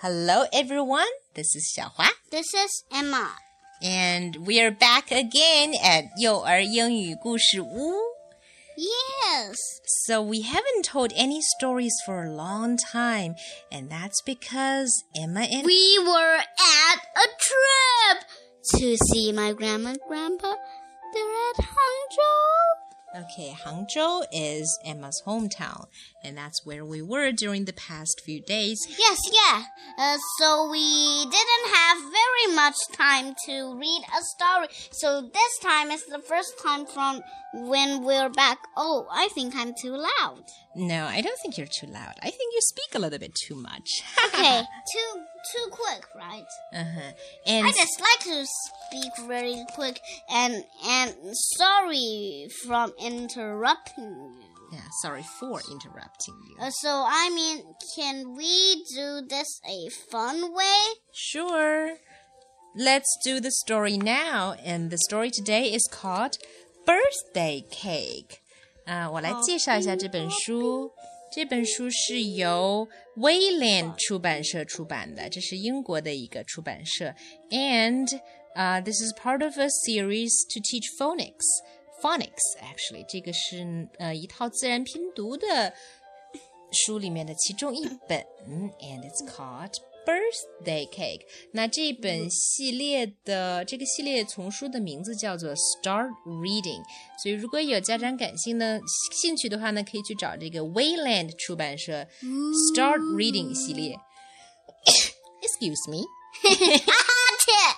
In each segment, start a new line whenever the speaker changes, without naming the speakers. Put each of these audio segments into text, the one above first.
Hello, everyone. This is 小华,
This is Emma.
and we are back again at 幼儿英语故事屋。
Yes.
So we haven't told any stories for a long time, and that's because Emma and
We were at a trip to see my grandma and grandpa. They're at Hangzhou.
okay, Hangzhou is Emma's hometown, and that's where we were during the past few days.
Yes, yeah. Uh, so we didn't have very much time to read a story. So this time is the first time from when we're back. Oh, I think I'm too loud.
No, I don't think you're too loud. I think you speak a little bit too much.
Okay, too too quick, right?
uh-huh. And
I just like to speak very quick and and sorry from interrupting you.
yeah, sorry for interrupting you.
Uh, so I mean, can we do this a fun way?
Sure. Let's do the story now. And the story today is called Birthday Cake. 啊、我来介绍一下这本书。这本书是由 Wayland 出版社出版的，这是英国的一个出版社。And 啊、t h i s is part of a series to teach phonics. Phonics, actually，这个是呃一套自然拼读的书里面的其中一本，and it's called Birthday Cake。那这本系列的这个系列丛书的名字叫做 Start Reading，所以如果有家长感兴呢兴趣的话呢，可以去找这个 Wayland 出版社 Start Reading 系列。Excuse me，
阿嚏！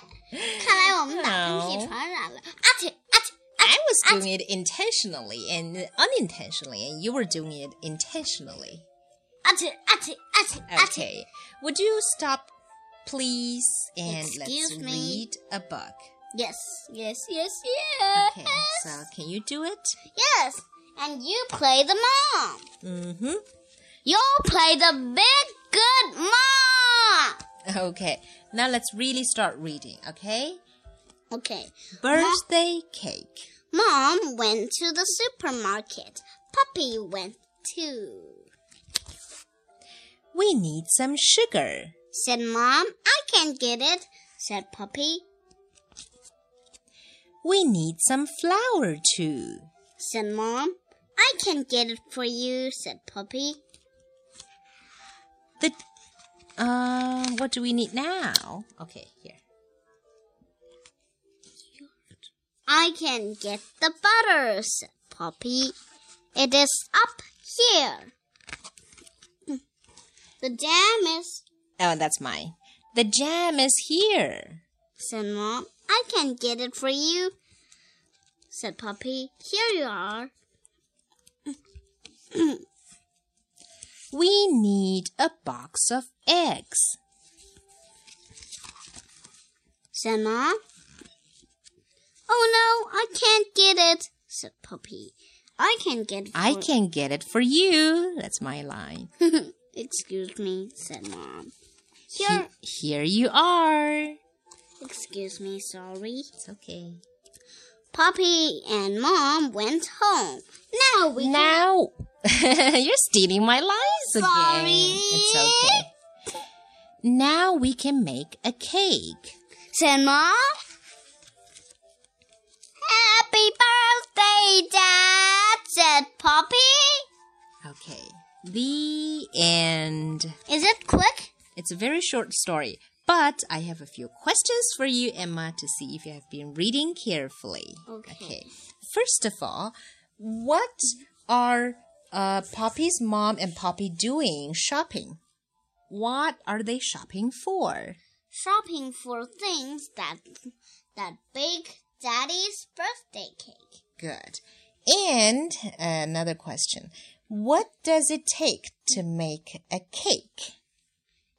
看来我们打喷嚏传染了。阿嚏！阿嚏！阿嚏！
I was doing it intentionally and unintentionally, and you were doing it intentionally.
achi.
Okay. Would you stop, please? And
Excuse
let's
me?
read a book.
Yes, yes, yes, yes.
Okay. So can you do it?
Yes, and you play the mom.
Mm-hmm.
You'll play the big good mom.
Okay. Now let's really start reading. Okay.
Okay,
Birthday cake.
mom went to the supermarket. Puppy went too.
We need some sugar.
Said mom, I can't get it. Said puppy.
We need some flour too.
Said mom, I can't get it for you. Said puppy.
The um, what do we need now? Okay, here.
I can get the butter, said Poppy. It is up here. The jam is,
Oh, that's mine. The jam is here.
said Mom. I can get it for you, said Poppy. Here you are.
We need a box of eggs.
said Mom. Oh no, I can't get it, said Poppy. I can get it.
I
for-
can get it for you. That's my line.
Excuse me, said Mom.
He-
Here,
here you are.
excuse me, sorry.
It's okay.
Poppy and Mom went home. Now we can
now you're stealing my lines again.
Sorry.
It's okay. Now we can make a cake.
said Mom. Happy birthday, Dad, said Poppy.
Okay. The end.
Is it quick?
It's a very short story, but I have a few questions for you, Emma, to see if you have been reading carefully.
Okay.
First of all, what are uh, Poppy's mom and Poppy doing shopping? What are they shopping for?
Shopping for things that that bake Daddy's birthday cake.
Good. And another question. What does it take to make a cake?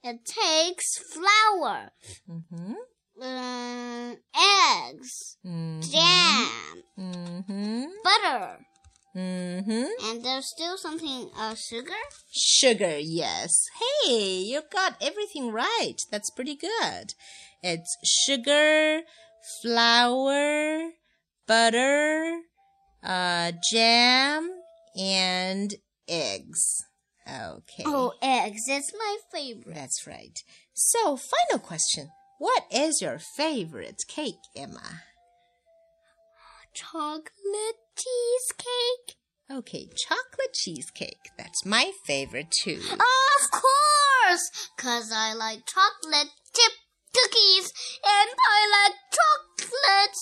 It takes flour,
Mm-hmm.
um, eggs, jam,
Mm-hmm.
butter,
Mm-hmm.
and there's still something uh sugar.
Sugar, yes. Hey, you got everything right. That's pretty good. It's sugar, flour, butter, uh, jam, and eggs. Okay.
Oh, eggs! It's my favorite.
That's right. So, final question. What is your favorite cake, Emma?
Chocolate cheesecake.
Okay, chocolate cheesecake. That's my favorite too.
Oh. Of course, 'cause I like chocolate chip cookies and I like chocolate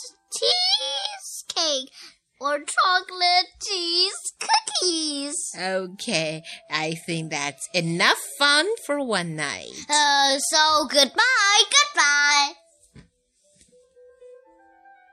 cheesecake or chocolate cheese cookies.
Okay, I think that's enough fun for one night.
Uh, so goodbye, goodbye.